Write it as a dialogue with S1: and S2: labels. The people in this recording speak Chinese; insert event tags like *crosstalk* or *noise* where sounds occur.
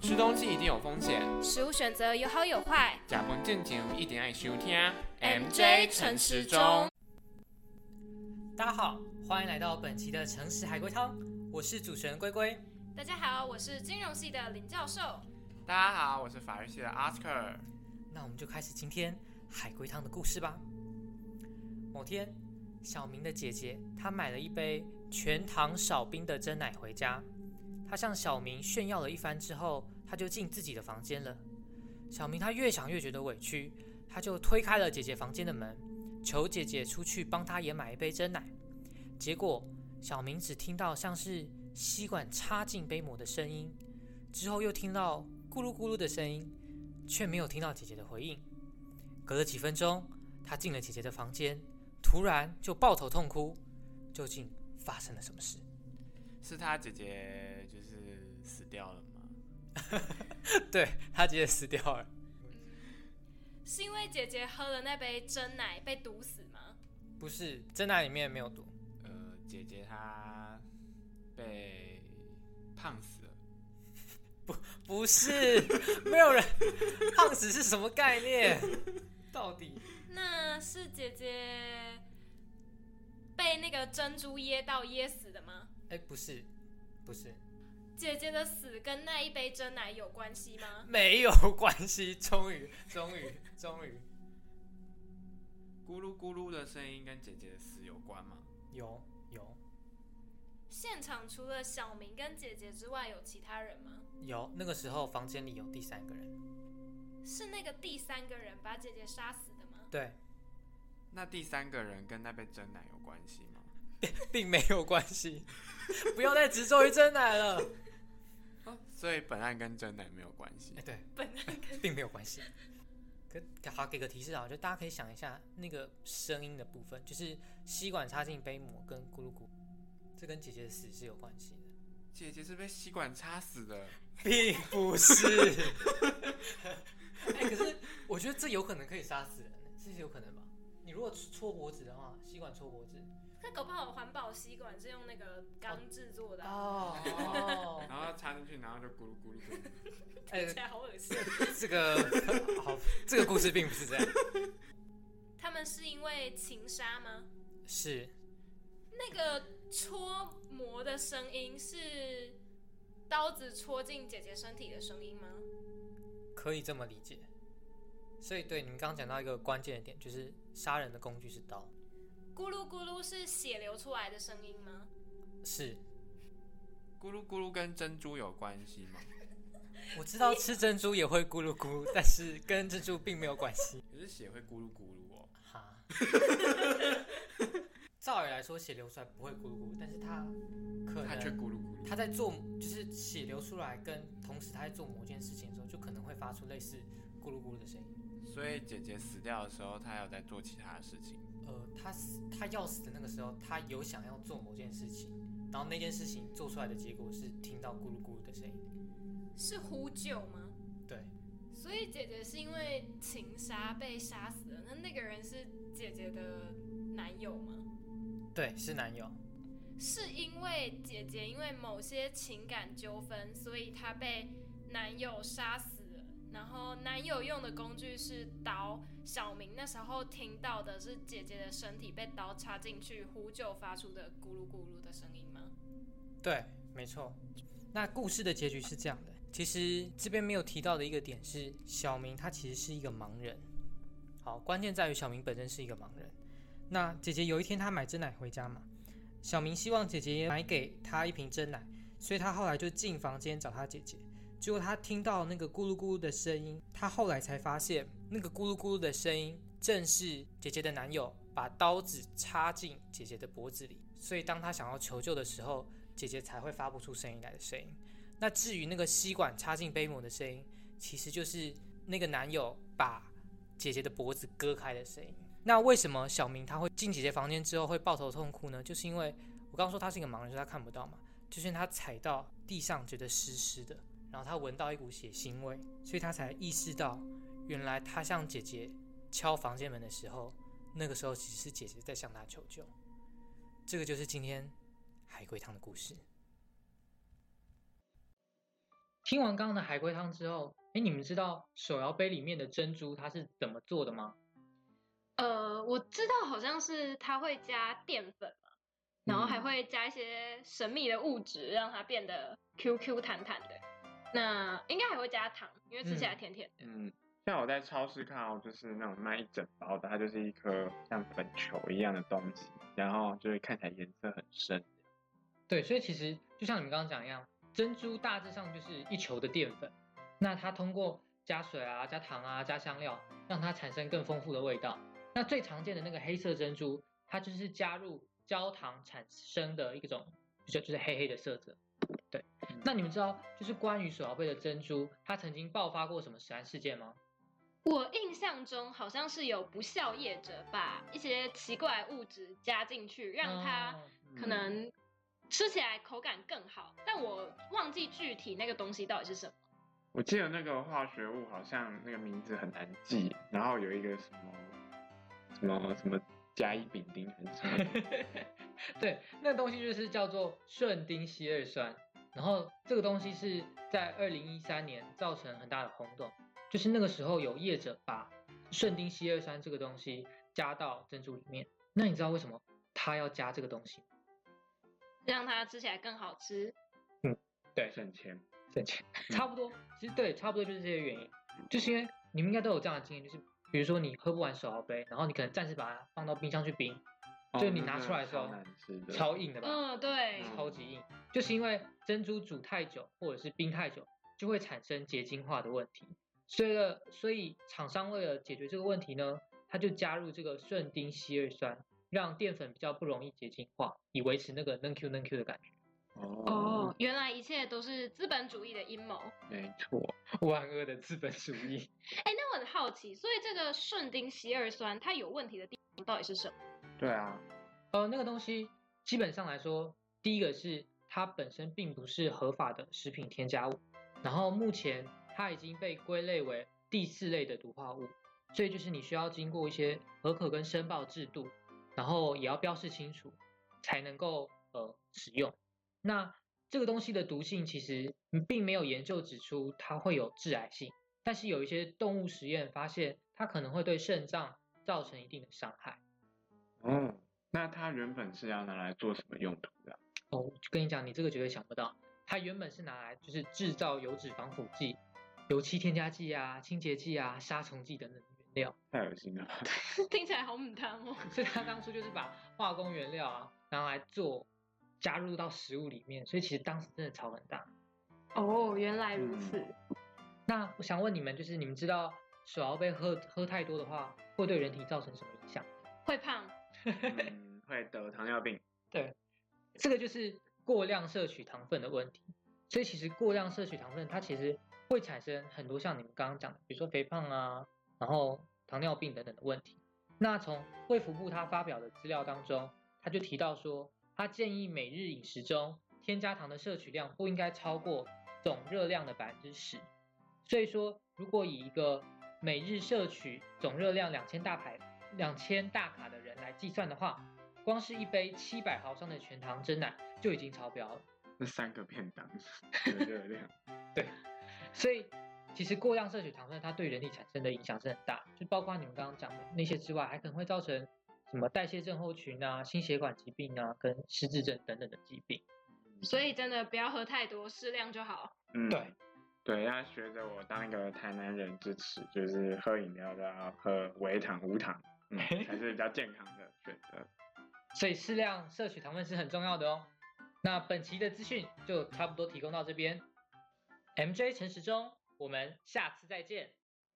S1: 吃东西一定有风险，
S2: 食物选择有好有坏。
S1: 假扮正经一定爱收听。
S2: MJ 陈时中，
S3: 大家好，欢迎来到本期的诚实海龟汤，我是主持人龟龟。
S2: 大家好，我是金融系的林教授。
S1: 大家好，我是法律系的 Oscar。
S3: 那我们就开始今天海龟汤的故事吧。某天，小明的姐姐她买了一杯全糖少冰的真奶回家，她向小明炫耀了一番之后，她就进自己的房间了。小明他越想越觉得委屈，他就推开了姐姐房间的门，求姐姐出去帮他也买一杯真奶。结果小明只听到像是吸管插进杯膜的声音，之后又听到咕噜咕噜的声音，却没有听到姐姐的回应。隔了几分钟，他进了姐姐的房间，突然就抱头痛哭。究竟发生了什么事？ *laughs*
S1: 是他姐姐就是死掉了吗？
S3: 对他姐姐死掉了。
S2: 是因为姐姐喝了那杯真奶被毒死吗？
S3: 不是，真奶里面没有毒。
S1: 呃，姐姐她被胖死了，
S3: 不是， *laughs* 没有人胖死是什么概念？到底
S2: 那是姐姐被那个珍珠噎到噎死的吗？
S3: 哎、不是，不是，
S2: 姐姐的死跟那一杯真奶有关系吗？
S3: 没有关系。终于，终于，终于
S1: 咕噜咕噜的声音跟姐姐的死有关吗？
S3: 有有
S2: 现场除了小明跟姐姐之外，有其他人吗？
S3: 有，那个时候房间里有第三个人。
S2: 是那个第三个人把姐姐杀死的吗？
S3: 对，
S1: 那第三个人跟那杯真奶有关系吗？
S3: 并没有关系。 *laughs* 不要再执着于真奶了。
S1: 哦，所以本案跟真奶没有关系
S3: 哎、。对，
S2: *laughs* 本来跟
S3: 并没有关系。可好，给个提示啊，就大家可以想一下那个声音的部分，就是吸管插进杯膜跟咕噜咕，这跟姐姐的死是有关系的。
S1: 姐姐是被吸管插死
S2: *laughs*
S1: 的，
S3: 并不是。 *laughs* 哎、可是我觉得这有可能可以杀死人，这是有可能吧？你如果戳脖子的话，吸管戳脖子。
S2: 那搞不好环保吸管是用那个钢制作的啊、
S3: 哦哦
S1: 然后插进去，然后就咕噜咕噜咕噜。
S3: 哎、
S2: *laughs* 听起来好恶心。
S3: *laughs* 这个好，这个故事并不是这样。
S2: 他们是因为情杀吗？
S3: 是
S2: 那个戳磨的声音是刀子戳进姐姐身体的声音吗？
S3: 可以这么理解。所以，对你们刚刚讲到一个关键的点，就是杀人的工具是刀。
S2: 咕噜咕噜是血流出来的声音吗？
S3: 是，
S1: 咕噜咕噜跟珍珠有关系吗？
S3: 我知道吃珍珠也会咕噜咕噜，但是跟珍珠并没有关系。
S1: 可是血会咕噜咕噜哦。
S3: 哈，照理来说，血流出来不会咕噜咕，但是他可
S1: 它却
S3: 能
S1: 咕噜咕噜。
S3: 他在做，就是血流出来跟同时他在做某件事情的时候，就可能会发出类似咕噜咕噜的声音。
S1: 所以姐姐死掉的时候，她有在做其他的事情。
S3: 呃，他死，他要死的那个时候，他有想要做某件事情，然后那件事情做出来的结果是听到咕噜咕噜的声音。
S2: 是呼救吗？
S3: 对，
S2: 所以姐姐是因为情杀被杀死的，那那个人是姐姐的男友吗？
S3: 对，是男友。
S2: 是因为姐姐因为某些情感纠纷，所以她被男友杀死了。然后男友用的工具是刀，小明那时候听到的是姐姐的身体被刀插进去，呼救发出的咕噜咕噜的声音吗？
S3: 对，没错。那故事的结局是这样的，其实这边没有提到的一个点是，小明他其实是一个盲人。好，关键在于小明本身是一个盲人。那姐姐有一天她买真奶回家嘛，小明希望姐姐也买给他一瓶真奶，所以他后来就进房间找他姐姐。结果他听到那个咕噜咕噜的声音，他后来才发现那个咕噜咕噜的声音正是姐姐的男友把刀子插进姐姐的脖子里。所以当他想要求救的时候，姐姐才会发不出声音来的声音。那至于那个吸管插进杯膜的声音，其实就是那个男友把姐姐的脖子割开的声音。那为什么小明他会进姐姐房间之后会抱头痛哭呢？就是因为我刚刚说他是一个盲人，所以他看不到嘛，就是因为他踩到地上觉得湿湿的，然后他闻到一股血腥味，所以他才意识到，原来他向姐姐敲房间门的时候，那个时候其实是姐姐在向他求救。这个就是今天海龟汤的故事。听完刚刚的海龟汤之后，哎，你们知道手摇杯里面的珍珠它是怎么做的吗？
S2: 呃，我知道好像是它会加淀粉嘛，然后还会加一些神秘的物质，让它变得 Q Q 弹弹的。那应该还会加糖，因为吃起来甜甜的。
S4: 嗯，像我在超市看到，就是那种卖一整包的，它就是一颗像粉球一样的东西，然后就会看起来颜色很深。
S3: 对，所以其实就像你们刚刚讲一样，珍珠大致上就是一球的淀粉，那它通过加水啊、加糖啊、加香料，让它产生更丰富的味道。那最常见的那个黑色珍珠，它就是加入焦糖产生的一种，比较就是黑黑的色泽。对，那你们知道就是关于手摇杯的珍珠，它曾经爆发过什么实验事件吗？
S2: 我印象中好像是有不孝业者把一些奇怪物质加进去，让它
S3: 哦
S2: 可
S1: 嗯
S2: 能吃起来口感更好，但我忘记具体那个东西到底是什么。
S4: 我记得那个化学物好像那个名字很难记，然后有一个什么什么什么甲乙丙丁还是什么的，
S3: 对，那个东西就是叫做顺丁烯二酸，然后这个东西是在二零一三年造成很大的轰动，就是那个时候有业者把顺丁烯二酸这个东西加到珍珠里面。那你知道为什么他要加这个东西？
S2: 让它吃起来更好吃。
S3: 对
S4: 省钱。
S3: 对，差不多，其实对，差不多就是这些原因，就是因为你们应该都有这样的经验，就是比如说你喝不完手摇杯，然后你可能暂时把它放到冰箱去冰， *laughs* 就你拿出来的时候
S4: 哦那真的超难吃的，
S3: 超硬的吧？
S2: 嗯，对，
S3: 超级硬，就是因为珍珠煮太久或者是冰太久，就会产生结晶化的问题。所以呢，所以厂商为了解决这个问题呢，它就加入这个顺丁烯二酸，让淀粉比较不容易结晶化，以维持那个嫩 Q 嫩 Q 的感觉。
S4: 哦
S2: 哦，，原来一切都是资本主义的阴谋。
S4: 没错，
S3: 万恶的资本主义。
S2: 哎，那我很好奇，所以这个顺丁烯二酸它有问题的地方到底是什么？
S4: 对啊，
S3: 呃，那个东西基本上来说，第一个是它本身并不是合法的食品添加物，然后目前它已经被归类为第四类的毒化物，所以就是你需要经过一些核可跟申报制度，然后也要标示清楚，才能够呃使用。那这个东西的毒性其实并没有研究指出它会有致癌性，但是有一些动物实验发现它可能会对肾脏造成一定的伤害。
S4: 哦，那它原本是要拿来做什么用途的啊？
S3: 哦，我跟你讲，你这个绝对想不到，它原本是拿来就是制造油脂防腐剂、油漆添加剂啊、清洁剂啊、杀虫剂等等的原料，
S4: 太恶心了吧，
S2: *laughs* 听起来好母汤哦。
S3: 所以它当初就是把化工原料啊拿来做加入到食物里面，所以其实当时真的吵很大。
S2: 哦，原来
S4: 如此。
S3: 那我想问你们，就是你们知道手摇杯喝喝太多的话，会对人体造成什么影响？
S2: 会胖。
S4: *laughs* 嗯，会得糖尿病。
S3: 这个就是过量摄取糖分的问题。所以其实过量摄取糖分，它其实会产生很多像你们刚刚讲的，比如说肥胖啊，然后糖尿病等等的问题。那从卫福部他发表的资料当中，他就提到说，他建议每日饮食中添加糖的摄取量不应该超过总热量的百分之十。所以说，如果以一个每日摄取总热量两千大卡两千大卡的人来计算的话，光是一杯七百毫升的全糖真奶就已经超标了。
S4: 那三个便 *laughs* 当的热量，
S3: 所以其实过量摄取糖分，它对人体产生的影响是很大，就包括你们刚刚讲的那些之外，还可能会造成什么代谢症候群啊、心血管疾病啊、跟失智症等等的疾病。
S2: 所以真的不要喝太多，适量就好。
S4: 嗯，
S3: 对
S4: 对，要学着我当一个台南人支持，就是喝饮料都要喝微糖、无糖， *laughs* 嗯，才是比较健康的选择。
S3: 所以适量摄取糖分是很重要的哦。那本期的资讯就差不多提供到这边。MJ 陈时中，我们下次再见。